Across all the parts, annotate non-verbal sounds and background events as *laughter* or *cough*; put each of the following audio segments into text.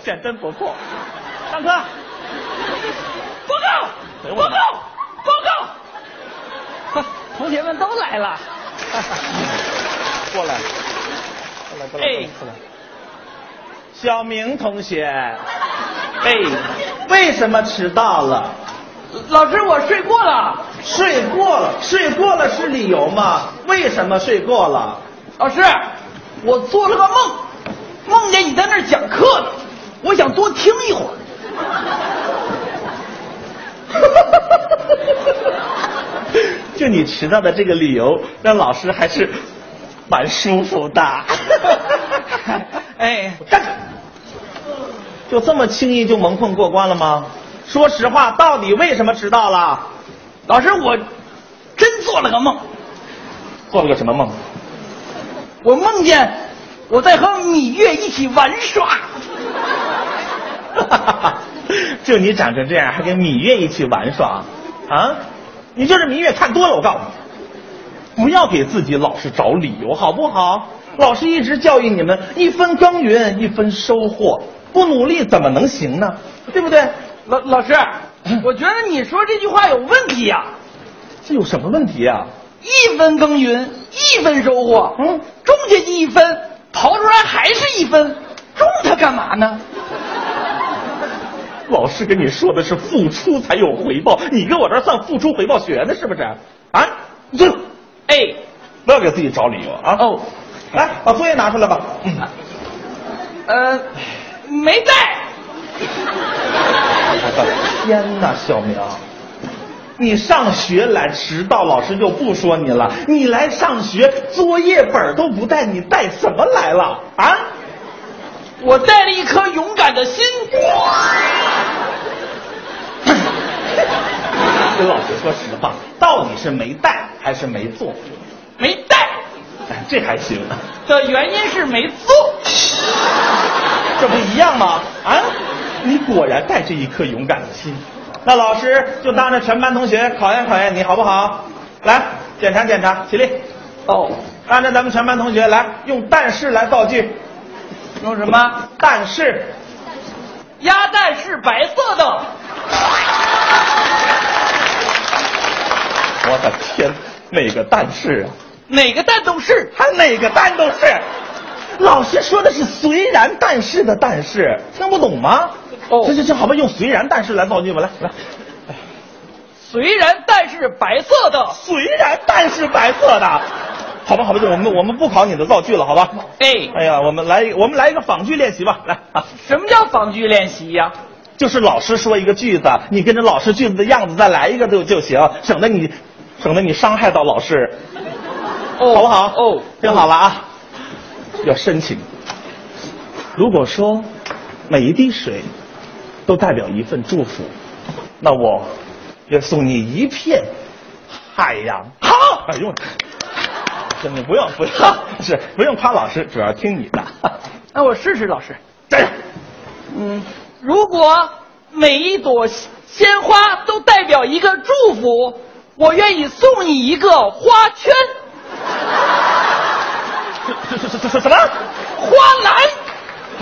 选真不错。上课，报告，等报我呢告，报告，同学们都来了，过来。过来过来过来小明同学，哎，为什么迟到了？老师，我睡过了。睡过了，睡过了是理由吗？为什么睡过了？老师，我做了个梦，梦见你在那儿讲课呢，我想多听一会儿。就你迟到的这个理由，让老师还是蛮舒服 *laughs* 的。哎，站着！就这么轻易就蒙混过关了吗？说实话，到底为什么迟到了？老师，我真做了个梦，做了个什么梦？我梦见我在和芈月一起玩耍。就你长 *laughs* 成这样，还跟芈月一起玩耍，啊？你就是芈月看多了，我告诉你，不要给自己老是找理由，好不好？老师一直教育你们，一分耕耘一分收获，不努力怎么能行呢？对不对？老老师，我觉得你说这句话有问题啊呀、这有什么问题啊？一分耕耘一分收获，嗯种下去一分，刨出来还是一分，种它干嘛呢？老师跟你说的是付出才有回报，你跟我这儿算付出回报学呢，是不是？啊，你坐住，哎，不要给自己找理由啊！哦，来，把作业拿出来吧。嗯，呃，没带。 *laughs* 天哪，小明，你上学来迟到，老师就不说你了。你来上学，作业本都不带，你带什么来了啊？我带了一颗勇敢的心。跟老师说实话，到底是没带还是没做？没带哎，这还行，的原因是没做。这不一样吗？啊，你果然带着一颗勇敢的心。那老师就当着全班同学考验考验你好不好？来，检查检查，起立。哦，按照咱们全班同学来用但是来造句，用什么？但是鸭蛋是白色的。我的天，哪个但是啊？哪个蛋都是。他哪个但都是。老师说的是虽然但是的但是，听不懂吗？哦行行行，好吧，用虽然但是来造句吧，来来，虽然蛋是白色的，虽然但是白色的，好吧好吧，就我们我们不考你的造句了，好吧？哎，哎呀，我们来一我们来一个仿句练习吧，来啊，什么叫仿句练习呀、就是老师说一个句子，你跟着老师句子的样子再来一个就就行，省得你省得你伤害到老师。哦好不好？哦，听好了啊，要深情。如果说每一滴水都代表一份祝福，那我也送你一片海洋。好哎呦我，真的不用 *laughs* 不用，是不用夸老师，主要听你的。那我试试，老师。站着，嗯，如果每一朵鲜花都代表一个祝福，我愿意送你一个花圈、这这这这这什么？花篮。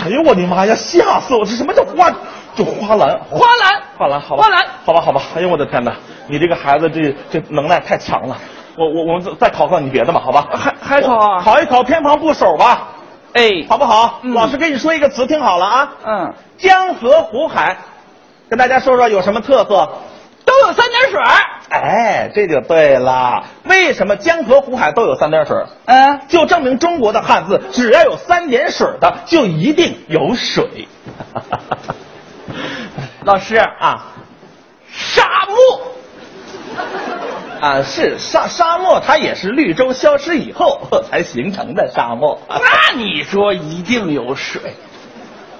哎呦我的妈呀，吓死我！这什么叫花？就花篮，花篮，花篮，好吧，花篮好吧，好吧。哎呦，我的天哪，你这个孩子这这能耐太强了。我我我们再再考考你别的吧，好吧？还还考啊考一考偏旁部首吧，哎，好不好？嗯老师跟你说一个词，听好了啊。嗯，江河湖海，跟大家说说有什么特色？都有三点水儿，哎，这就对了。为什么江河湖海都有三点水？嗯，就证明中国的汉字只要有三点水的，就一定有水。 *laughs* 老师，啊。沙漠，啊，是沙沙漠，它也是绿洲消失以后 *laughs* 呵才形成的沙漠。 *laughs* 那你说一定有水？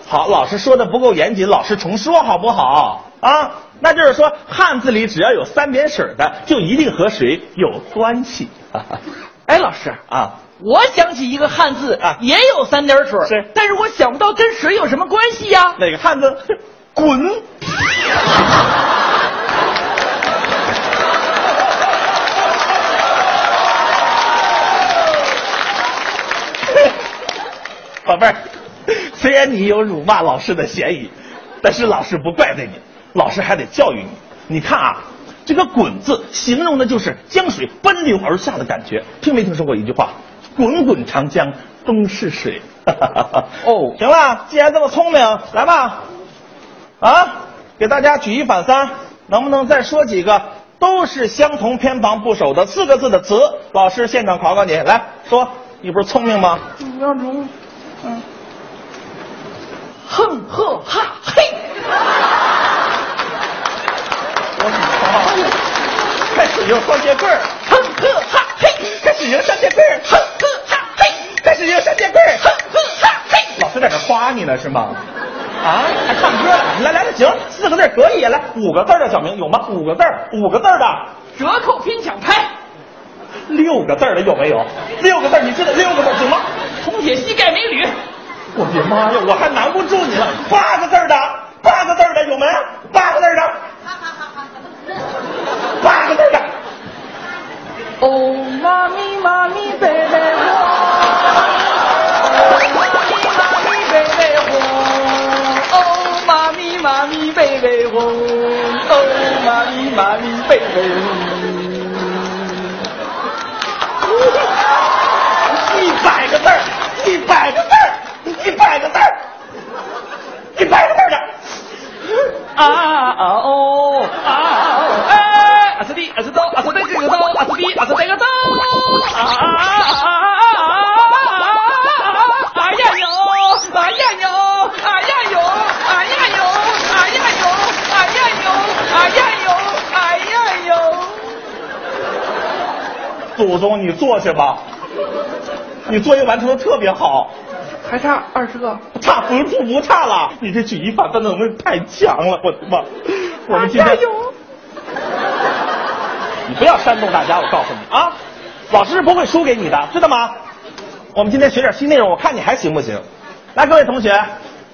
好，老师说的不够严谨，老师重说好不好？啊，那就是说汉字里只要有三点水的，就一定和水有关系。 *laughs* 哎，老师，啊，我想起一个汉字，啊也有三点水儿，是但是我想不到跟水有什么关系呀、哪个汉字？滚！宝贝儿，虽然你有辱骂老师的嫌疑，但是老师不怪罪你，老师还得教育你。你看啊，这个“滚”字形容的就是江水奔流而下的感觉。听没听说过一句话？“滚滚长江东逝水。” *laughs* 哦行了，既然这么聪明，来吧，啊，给大家举一反三，能不能再说几个都是相同偏旁部首的四个字的词？老师现场考考你，来说，你不是聪明吗？主要如，嗯，哼呵哈嘿，开始用双截棍儿，哼呵哈嘿，开始用双截棍儿，哼呵哈嘿，开始用双截棍儿。哼呵哈嘿。 *laughs* 老师在这夸你呢是吗？啊，还唱歌呢？来来来，行，四个字儿可以，来五个字儿的小明有吗？五个字儿，五个字儿的，折扣拼抢拍，六个字儿的有没有？六个字儿，你知道六个字儿行吗？铜铁膝盖美女，我的妈呀，我还难不住你了。八个字儿的，八个字儿的有没？八个字儿的，八个字儿的，哦，妈咪妈咪贝贝火，哦，妈咪妈咪贝贝火，哦，妈咪妈咪贝贝火，哦，妈咪妈咪贝贝火。一百个字儿，一百个字儿，一百个字儿，一百个字儿的。啊啊哦啊哦哎，啊是的，啊是刀，啊是那个刀，啊是的，啊是那个刀，啊啊啊啊啊呀哟，啊呀哟，啊呀哟，啊呀哟，啊呀哟，啊呀哟，啊呀哟，啊呀哟。祖宗，你坐下吧，你作业完成的特别好，还差二十个，差不不不差了，你这举一反三的能力太强了，我的妈！我们今加天。油！你不要煽动大家，我告诉你啊，老师是不会输给你的，知道吗？我们今天学点新内容，我看你还行不行？来，各位同学，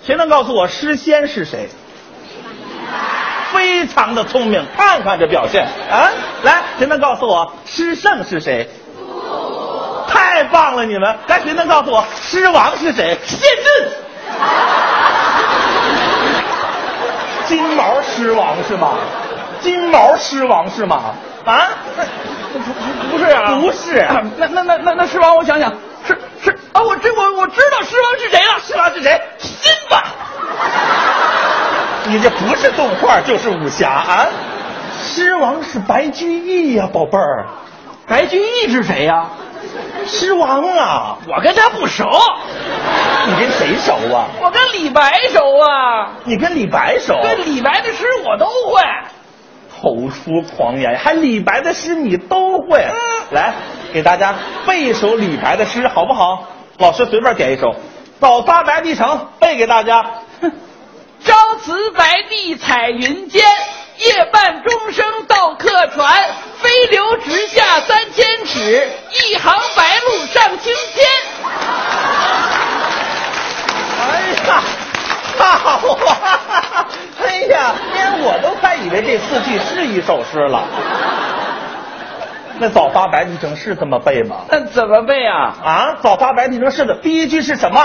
谁能告诉我诗仙是谁？非常的聪明，看看这表现啊！来，谁能告诉我诗圣是谁？太棒了，你们！来，谁能告诉我诗王是谁？谢震，金毛狮王是吗？金毛狮王是吗？啊？不是啊，不是啊那那那那那狮王，我想想，是是啊，我知我我知道狮王是谁了，狮王是谁？辛巴。你这不是动画就是武侠啊！狮王是白居易呀、宝贝儿，白居易是谁呀、狮王啊！我跟他不熟，你跟谁熟啊？我跟李白熟啊。你跟李白熟？对李白的诗我都会。口出狂言，还李白的诗你都会？嗯来，给大家背一首李白的诗好不好？老师随便点一首，《早发白帝城》背给大家。朝辞白帝彩云间，夜半钟声到客船。飞流直下三千尺，一行白鹭上青天。哎呀，好啊！哎呀，连我都快以为这四句是一首诗了。那早发白帝城是这么背吗？那怎么背啊？啊，早发白帝城是的，第一句是什么？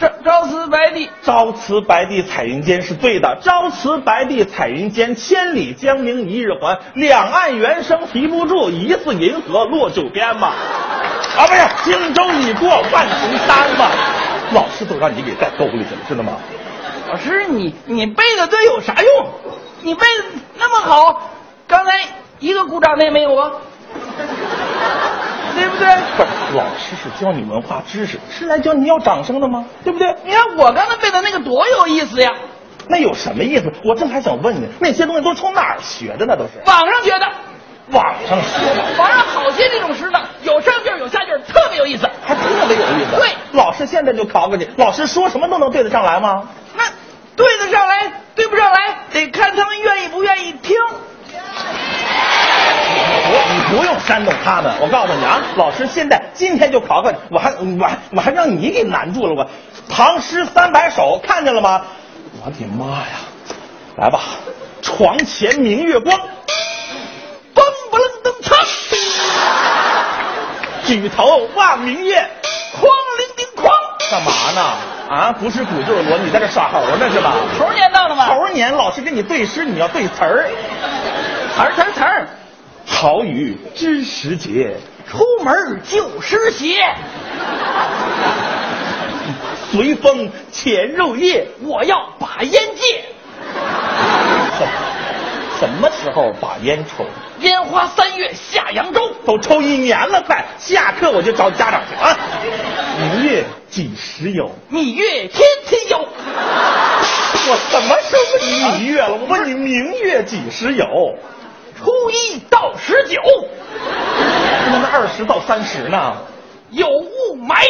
朝朝辞白帝，朝辞白帝彩云间是对的。朝辞白帝彩云间，千里江陵一日还。两岸猿声啼不住，疑似银河落九天嘛。啊，不是，轻舟已过万重山嘛。老师都让你给带沟里去了，知道吗？老师你你背的对有啥用？你背的那么好，刚才一个鼓掌的也没有啊，对不对？不是，老师是教你文化知识，是来教你要掌声的吗？对不对？你看我刚才背的那个多有意思呀，那有什么意思？我正还想问呢，那些东西都是从哪儿学的呢？都是网上学的，网上学的，网上好些这种诗呢，有上句儿有下句儿，特别有意思。还特别有意思。对老师现在就考考你，老师说什么都能对得上来吗？那对得上来，对不上来，得看他们愿意不愿意听。我你不用煽动他们，我告诉你啊，老师现在今天就考考你，我还我还我还让你给难住了我，《唐诗三百首》看见了吗？我的妈呀！来吧，床前明月光，嘣不楞登嚓，举头望明月。哐铃叮哐，干嘛呢？啊，不是鼓就是锣，你在这耍猴呢是吧？猴年到了吗？猴年老师跟你对诗，你要对词儿。词儿词儿词儿，潮雨知时节，出门就湿鞋，随风潜入夜。我要把烟戒，什什么时候把烟抽？烟花三月下扬州，都抽一年了，快下课我就找家长去啊！明月几时有？蜜月天天有。我什么时候问你蜜月了？我问你明月几时有？初一到十九，那么二十到三十呢？有雾霾，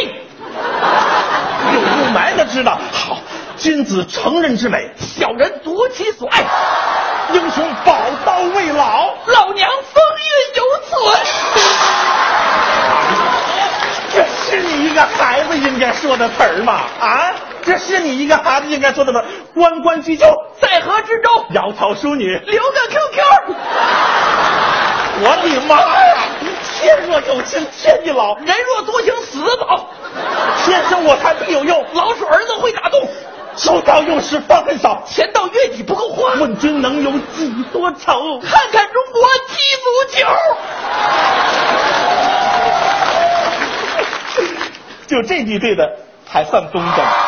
有雾霾的知道。好，君子成人之美，小人夺其所爱，英雄宝刀未老。老娘风韵犹存。这是你一个孩子应该说的词儿吗？啊，这是你一个孩子应该说的词儿。关关雎鸠，在河之洲，窈窕淑女。留个 QQ。我的妈呀！天若有情天亦老，人若多情死早，天生我材必有用。老鼠儿子会打洞，手到用时方恨少，钱到月底不够花。问君能有几多愁？看看中国踢足球，就这句对的还算工整。